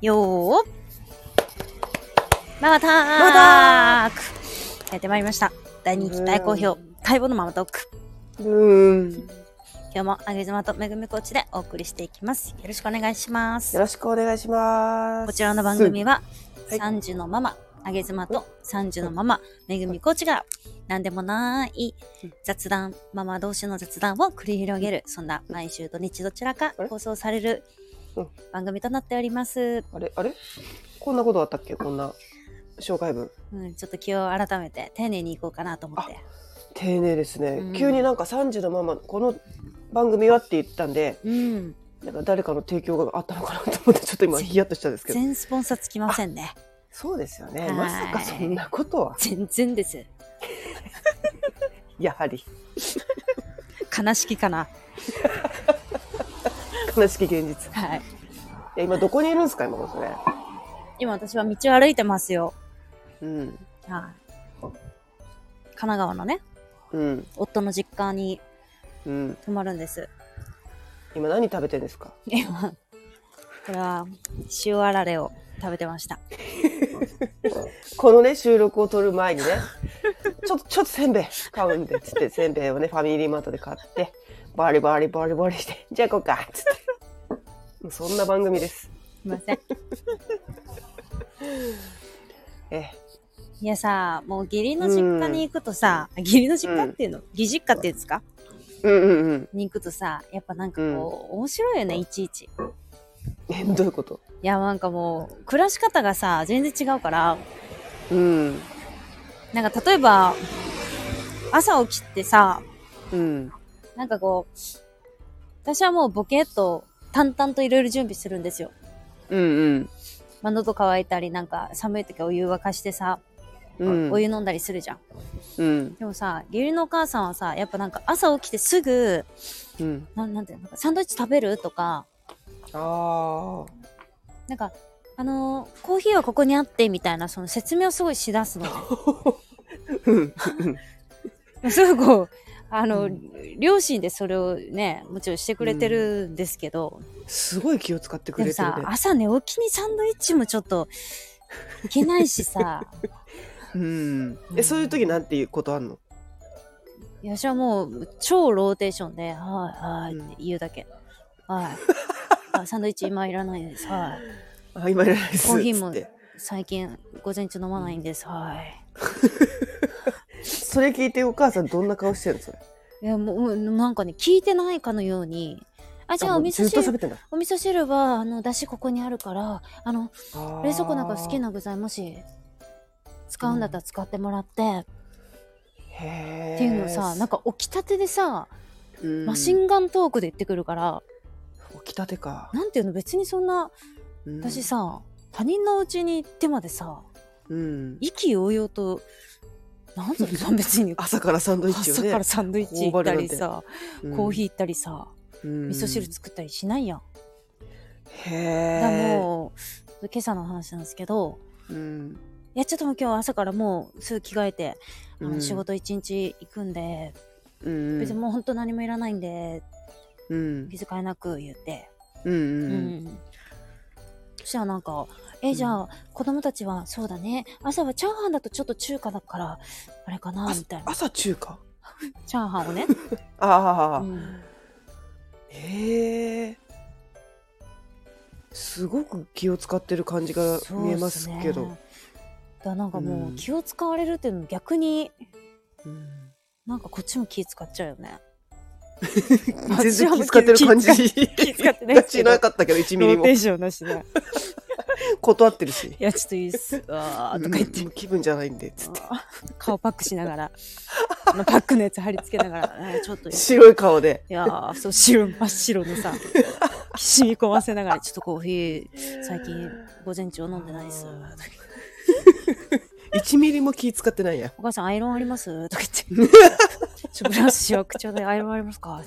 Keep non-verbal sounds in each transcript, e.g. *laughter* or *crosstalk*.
よーママタークママタやってまいりました。大人気大好評、待望のママトーク。うーん。今日もあげずまとめぐみコーチでお送りしていきます。よろしくお願いしますよ。ろしくお願いします。こちらの番組は、はい30のママ、あげずまと30のママ、めぐみコーチが、なんでもない雑談、ママ同士の雑談を繰り広げる、そんな毎週土日どちらかあれ放送されるうん番組となっております。あれあれこんなことあったっけこんな紹介文。うん、ちょっと気を改めて丁寧にいこうかなと思って。丁寧ですね。うん急になんか3時のままこの番組はって言ったんで、うん、なんか誰かの提供があったのかなと思ってちょっと今全ヒヤッとしたんですけど。全スポンサーつきませんね。そうですよはね。いまさかそんなことは全然です。やはり悲しきかな。悲しき現実。いはい。や今どこにいるんですか今これ。今私は道を歩いてますよ。うんはい。神奈川のね、うん夫の実家にうん。泊まるんです。今何食べてるんですか。今、これは塩あられを食べてました。このね収録を撮る前にね *laughs* ちょっとちょっとせんべい買うんでっつってせんべいをねファミリーマートで買ってバリバリバリバリしてじゃあ行こうかっつってもうそんな番組ですすいません。えいやさ、もう義理の実家に行くとさ、義理の実家っていうの、義実家っていうんですかえうんうんうんに行くとさ、やっぱなんかこう、面白いよね、いちいち。えどういうこといやなんかもう暮らし方がさ全然違うからうんなんか例えば朝起きてさうんなんかこう私はもうボケっと淡々といろいろ準備するんですよ、うんうんまあ、喉乾いたりなんか寒い時はお湯沸かしてさ、うんお湯飲んだりするじゃんうんでもさ義理のお母さんはさやっぱなんか朝起きてすぐうんなんなんていうのなんかサンドイッチ食べるとかあなんかあのーコーヒーはここにあってみたいなその説明をすごいしだすのね *laughs* すごいこう、あの、うん両親でそれをね、もちろんしてくれてるんですけど、すごい気を使ってくでもれてるさね、朝ね、起きにサンドイッチもちょっ *laughs* と、いけないしさ、うんえそういう時なんていうことあんのいや私はもう、超ローテーションで、はい、はい、って言うだけ。 *laughs* はい。あサンドイッチ今いらないです。はい。あ今いらないですコーヒーもつって最近、午前中飲まないんです。はい。それ聞いてお母さんどんな顔してるのそれいや、もうもう、なんかね、聞いてないかのように、あ、じゃあおもう味噌ずっと喋汁、ってんだお味噌汁は、あの、だしここにあるから、あの、冷蔵庫の中好きな具材もし使うんだったら使ってもらって、っへーていうのをさなんか起きたてでさ、うんマシンガントークで言ってくるから起きたてか、なんていうの別にそんなうん私さ、他人のお家に行ってまでさうん、意気揚々となんだろうさ別に朝からサンドイッチを朝ねからサンドイッチ行ったりさ、うんコーヒー行ったりさ、うん味噌汁作ったりしないやん。だからへえもう今朝の話なんですけどうんいやちょっともう今日は朝からもうすぐ着替えて、あのうん仕事一日行くんでうん別にもう本当何もいらないんでうん気遣いなく言って、うんうんううんんそしたらなんか「えんじゃあ子供たちはそうだね朝はチャーハンだとちょっと中華だからあれかな」みたいな朝中華チャーハンをね、ああ、うんへえすごく気を使ってる感じが見えますそけうどっねだからなんかもううん気を使われるっていうのも逆にうんなんかこっちも気使っちゃうよ *laughs* ね全然気使ってる感じ *laughs* 気使ってないですけしどなかったけど1ロミリー *laughs* もテーションなしで断ってるし「いやちょっといいっす」あーとか言ってうん気分じゃないんでつって顔パックしながらあのパックのやつ貼り付けながらえー「ちょっといいっす白い顔でいやー、そう、白、真っ白の *laughs* さ、染み込ませながら、ちょっとコーヒー、最近、午前中は飲んでないっす。 1ミリも気使ってないやお母さん、アイロンあり *laughs* ますとか言って。ちょ、ブラウスしわくちょうだい、アイロンありますか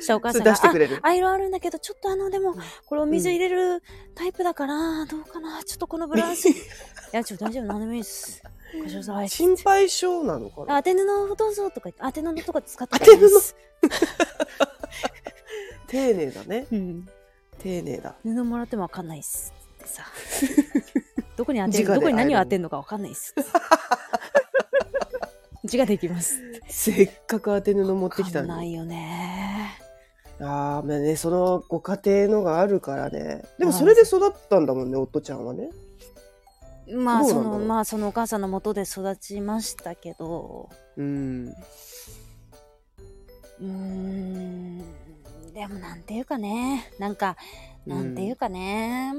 したらお母そさんれ出が、してあく、れるアイロンあるんだけど、ちょっとあの、でも、これお水入れるタイプだから、どうかなちょっとこのブ *laughs* ラウス。いや、ちょ、大丈夫、何でもいいっす。ご承知くださいっす心配性なのかなあ当て布をどうぞとか言って、当て布とか使って当て布です丁寧だねうん。丁寧だ布もらってもわかんないっす。 *laughs* さどこに当て自る我でどこに何を当てるのかわかんないっ *laughs* す字ができますせっかく当て布持ってきたわかんのなにいよねああまあねそのご家庭のがあるからねでもはいそれで育ったんだもんね夫ちゃんはねまあどうそなんだろうのまあそのお母さんのもとで育ちましたけどうんうーんでもなんていうかねなんかなんていうかね、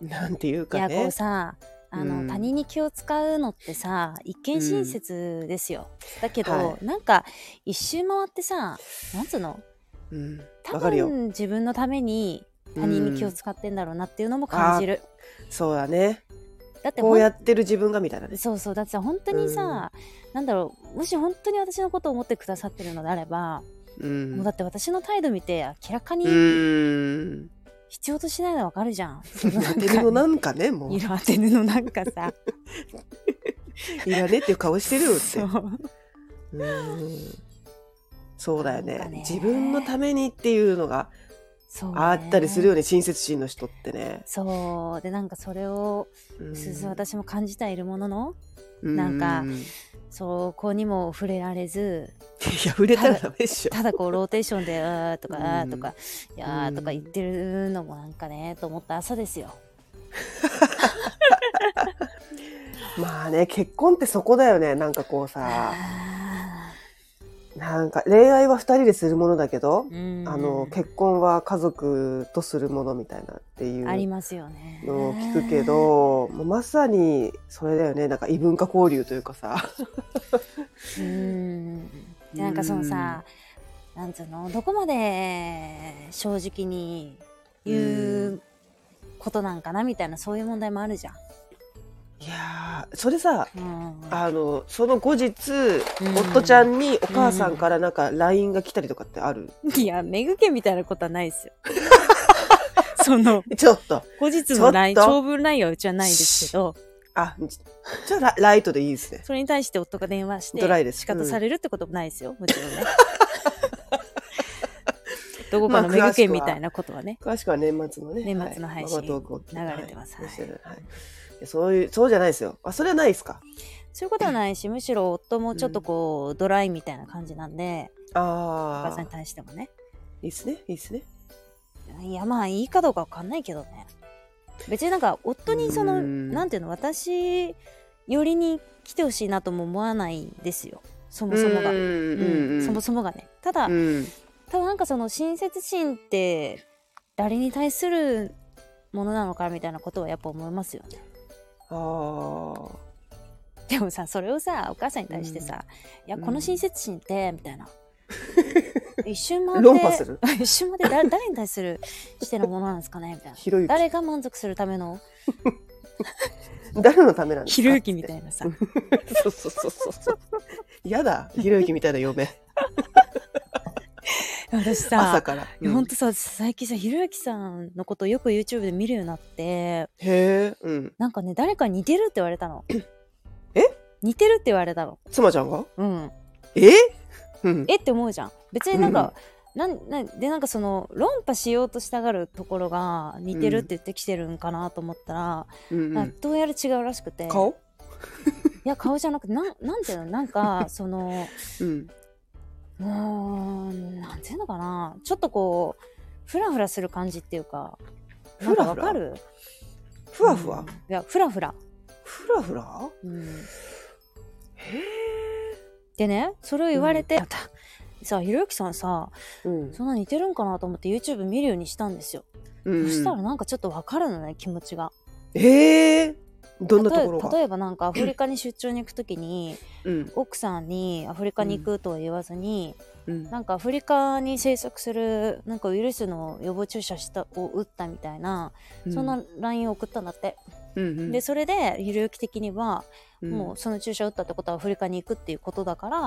なんていういかやこねうさあの、うん他人に気を使うのってさ一見親切ですよ、だけど、はなんか一周回ってさなんつうのうん多わかるよ分自分のために他人に気を使ってんだろうなっていうのも感じる、そうだねだってこほうんやってる自分がみたいなねそうそうだってさ本当にさ、なんだろうもし本当に私のことを思ってくださってるのであれば、うんもうだって私の態度見て明らかうにー *laughs* ん必要としないのわかるじゃん、そのなん当てか布なんかねもう色当て布なんかさいらねっていう顔してるよってそううーんそうだなよんねかね自分のためにっていうのがそうねあったりするよね親切心の人ってね、そうでなんかそれをううすうんす私も感じてはいるもののうなんかそこにも触れられずいや触れたらダメでしょただこうローテーションで「あー」とかう「んあー」とか「いやうー」んとか言ってるのもなんかねと思った朝ですよ。まあね結婚ってそこだよねなんかこうさあなんか恋愛は2人でするものだけど、あのの結婚は家族とするものみたいなっていうありますよね。のを聞くけど、もうまさにそれだよねなんか異文化交流というかさ、うんでなんかそのさなんつうのどこまで正直に言うことなんかなみたいなそういう問題もあるじゃん。いやーそれさうんあのその後日、ん夫ちゃんにお母さんからなんか LINE が来たりとかってある、いや、めぐけみたいなことはないです *laughs* よ。その、ちょっと後日のライン、ちょっと長文ラインはうちはないですけど、あじじゃ *laughs* あラライトでいいですねそれに対して夫が電話して、ドライです仕方うんされるってこともないですよ、もちろんね。 *laughs* どこかのめぐけみたいなことはね。詳しくは年末のね年末の配信はいママトークを聞い流れてますはいはいしてるはいいやそういうそうじゃないですよあそれはないですかそういうことはないし、むしろ夫もちょっとこう、ドライみたいな感じなんで、お母あさあんに対してもね。いいですねいいですねいや、まあ、いいかどうかわかんないけどね。別になんか、夫にその、うんなんていうの、私よりに来てほしいなとも思わないんですよ。そもそもが。うんうんうんそもそもがねただ、うんただなんかその親切心って誰に対するものなのかみたいなことはやっぱ思いますよね *laughs* あでもさそれをさお母さんに対してさ「いやうんこの親切心って」みたい *laughs* な一瞬まあで論破する *laughs* 一瞬までだ誰に対するしてのものなんですかねみたいなひろゆき誰が満足するための誰のためなんですかひろゆきみたいなさ *laughs* そうそうそうそうそう。やだ、ひろゆきみたい *laughs* な嫁。私さ朝から。いやほんとさ最近さひろゆきさんのことをよく YouTube で見るようになってへえ、うん。なんかね誰かに似てるって言われたの *coughs* え似てるって言われたの妻ちゃんが。うんえ。うん。えって思うじゃん別になんか、なんなんでなんかその論破しようとしたがるところが似てるって言ってきてるんかなと思ったら、うんうなんんかどうやら違うらしくて顔。いや顔じゃなくてなんなんていうのなんかそのうん。うーんなんていうのかなちょっとこうフラフラする感じっていうかなんかわかるふわふわうん。いやフラフラ、ふらふら。うん、へえ。でねそれを言われて、さあひろゆきさんさうん。そんな似てるんかなと思って YouTube 見るようにしたんですよ、うんそしたら。なんかちょっとわかるのね気持ちがへえ。どんなところ例えが。例えばなんかアフリカに出張に行くときにうん。奥さんにアフリカに行くとは言わずに、うん。なんかアフリカに生息するなんかウイルスの予防注射したを打ったみたいな、そんな LINE を送ったんだって、うんうん。でそれでひろゆき的には、うんもうその注射打ったってことはアフリカに行くっていうことだから、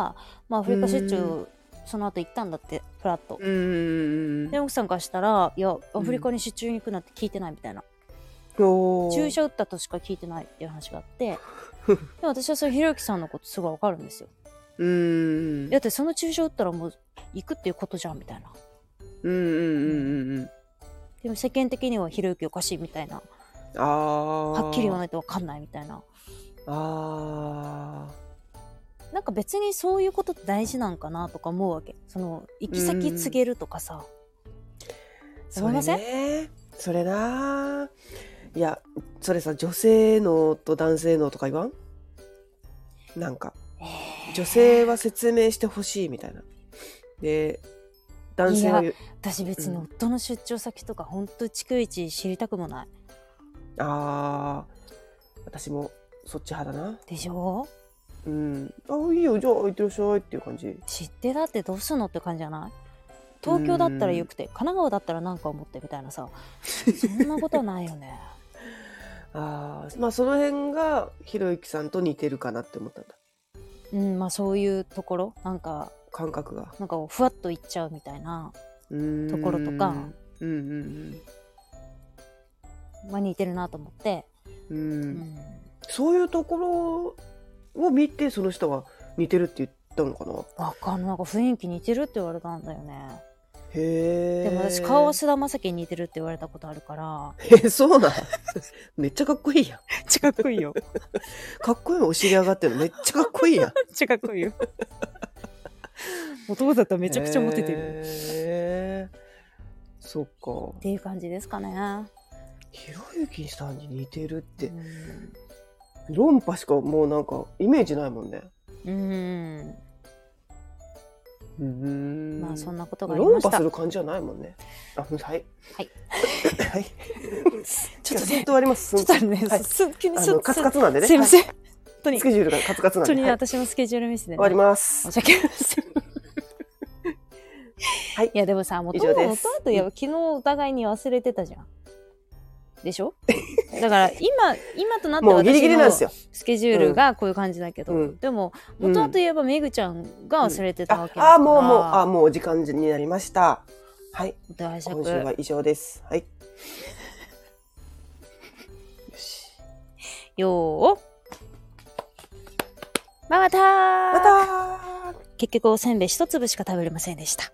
まあ、アフリカ出張その後行ったんだってフラッと。うん。うん。で奥さんからしたら「いやアフリカに出張に行くなんて聞いてない」みたいな、おー注射打ったとしか聞いてないっていう話があ *laughs* ってでも私はそれひろゆきさんのことすごいわかるんですようん。だってその注射打ったらもう行くっていうことじゃんみたいなうんうんうんうんうん。でも世間的にはひろゆきおかしいみたいなああ。。はっきり言わないいとわかんないみたいなああ。なんか別にそういうことって大事なんかなとか思うわけその行き先告げるとかさ、思いませんそれねそれな。いや、それさ、女性のと男性のとか言わんなんか、えー女性は説明してほしいみたいな。で、男性は言う、私別にうん夫の出張先とかほんと逐一知りたくもないああ、私もそっち派だな。でしょうん。あ、いいよ、じゃあ、行ってらっしゃいっていう感じ。知ってだってどうすんのって感じじゃない東京だったらよくて神奈川だったらなんか思ってみたいなさそんなことはないよね *laughs* ああ、まあ、その辺が、ひろゆきさんと似てるかなって思ったんだ。うんまあそういうところなんか感覚が。なんかふわっといっちゃうみたいな、うーんところとか。うんうんまあ、似てるなと思って、うん。うん。うんそういうところを見て、その人は似てるって言ったのかな。わかんないなんか雰囲気似てるって言われたんだよねへえ。でも私顔は菅田将暉に似てるって言われたことあるから *laughs* え、そうなん。めっちゃかっこいいやん。近くいよかっこいいのお尻上がってるのめっちゃかっこいい *laughs* やん。 *laughs* 近くいよ男だったらめへーそっかっ。ていう感じですかね、ひろゆきさんに似てるってう、ん論破しかもうなんかイメージないもんね。うんうんまあそんななことがあり論まし破たする感じじゃないもんね。あ、はい。はい。はい。ちょっとずっねとあります。ちょっとあれね、はいす急にあちょっのとカツカツなんでね。すいまん。せん本当にスケジュールがカツカツ本な当んにで。はい私のスケジュールミスで、終ねわりま申。すし訳ありません。はいいやでもさ、もと以も上とですあといや昨日お互いに忘れてたじゃん。でし *laughs* ょだから今、今となってもはうギリギリなんで私すのよ。スケジュールがこういう感じだけど、うんでも、うんもともといえばめぐちゃんが忘れてたあわけだから、あ、もうもう、あ、もうお時間になりました。はい。お互い今週は尺以上です。はい。よし。よーまたーまたー結局おせんべい一粒しか食べれませんでした。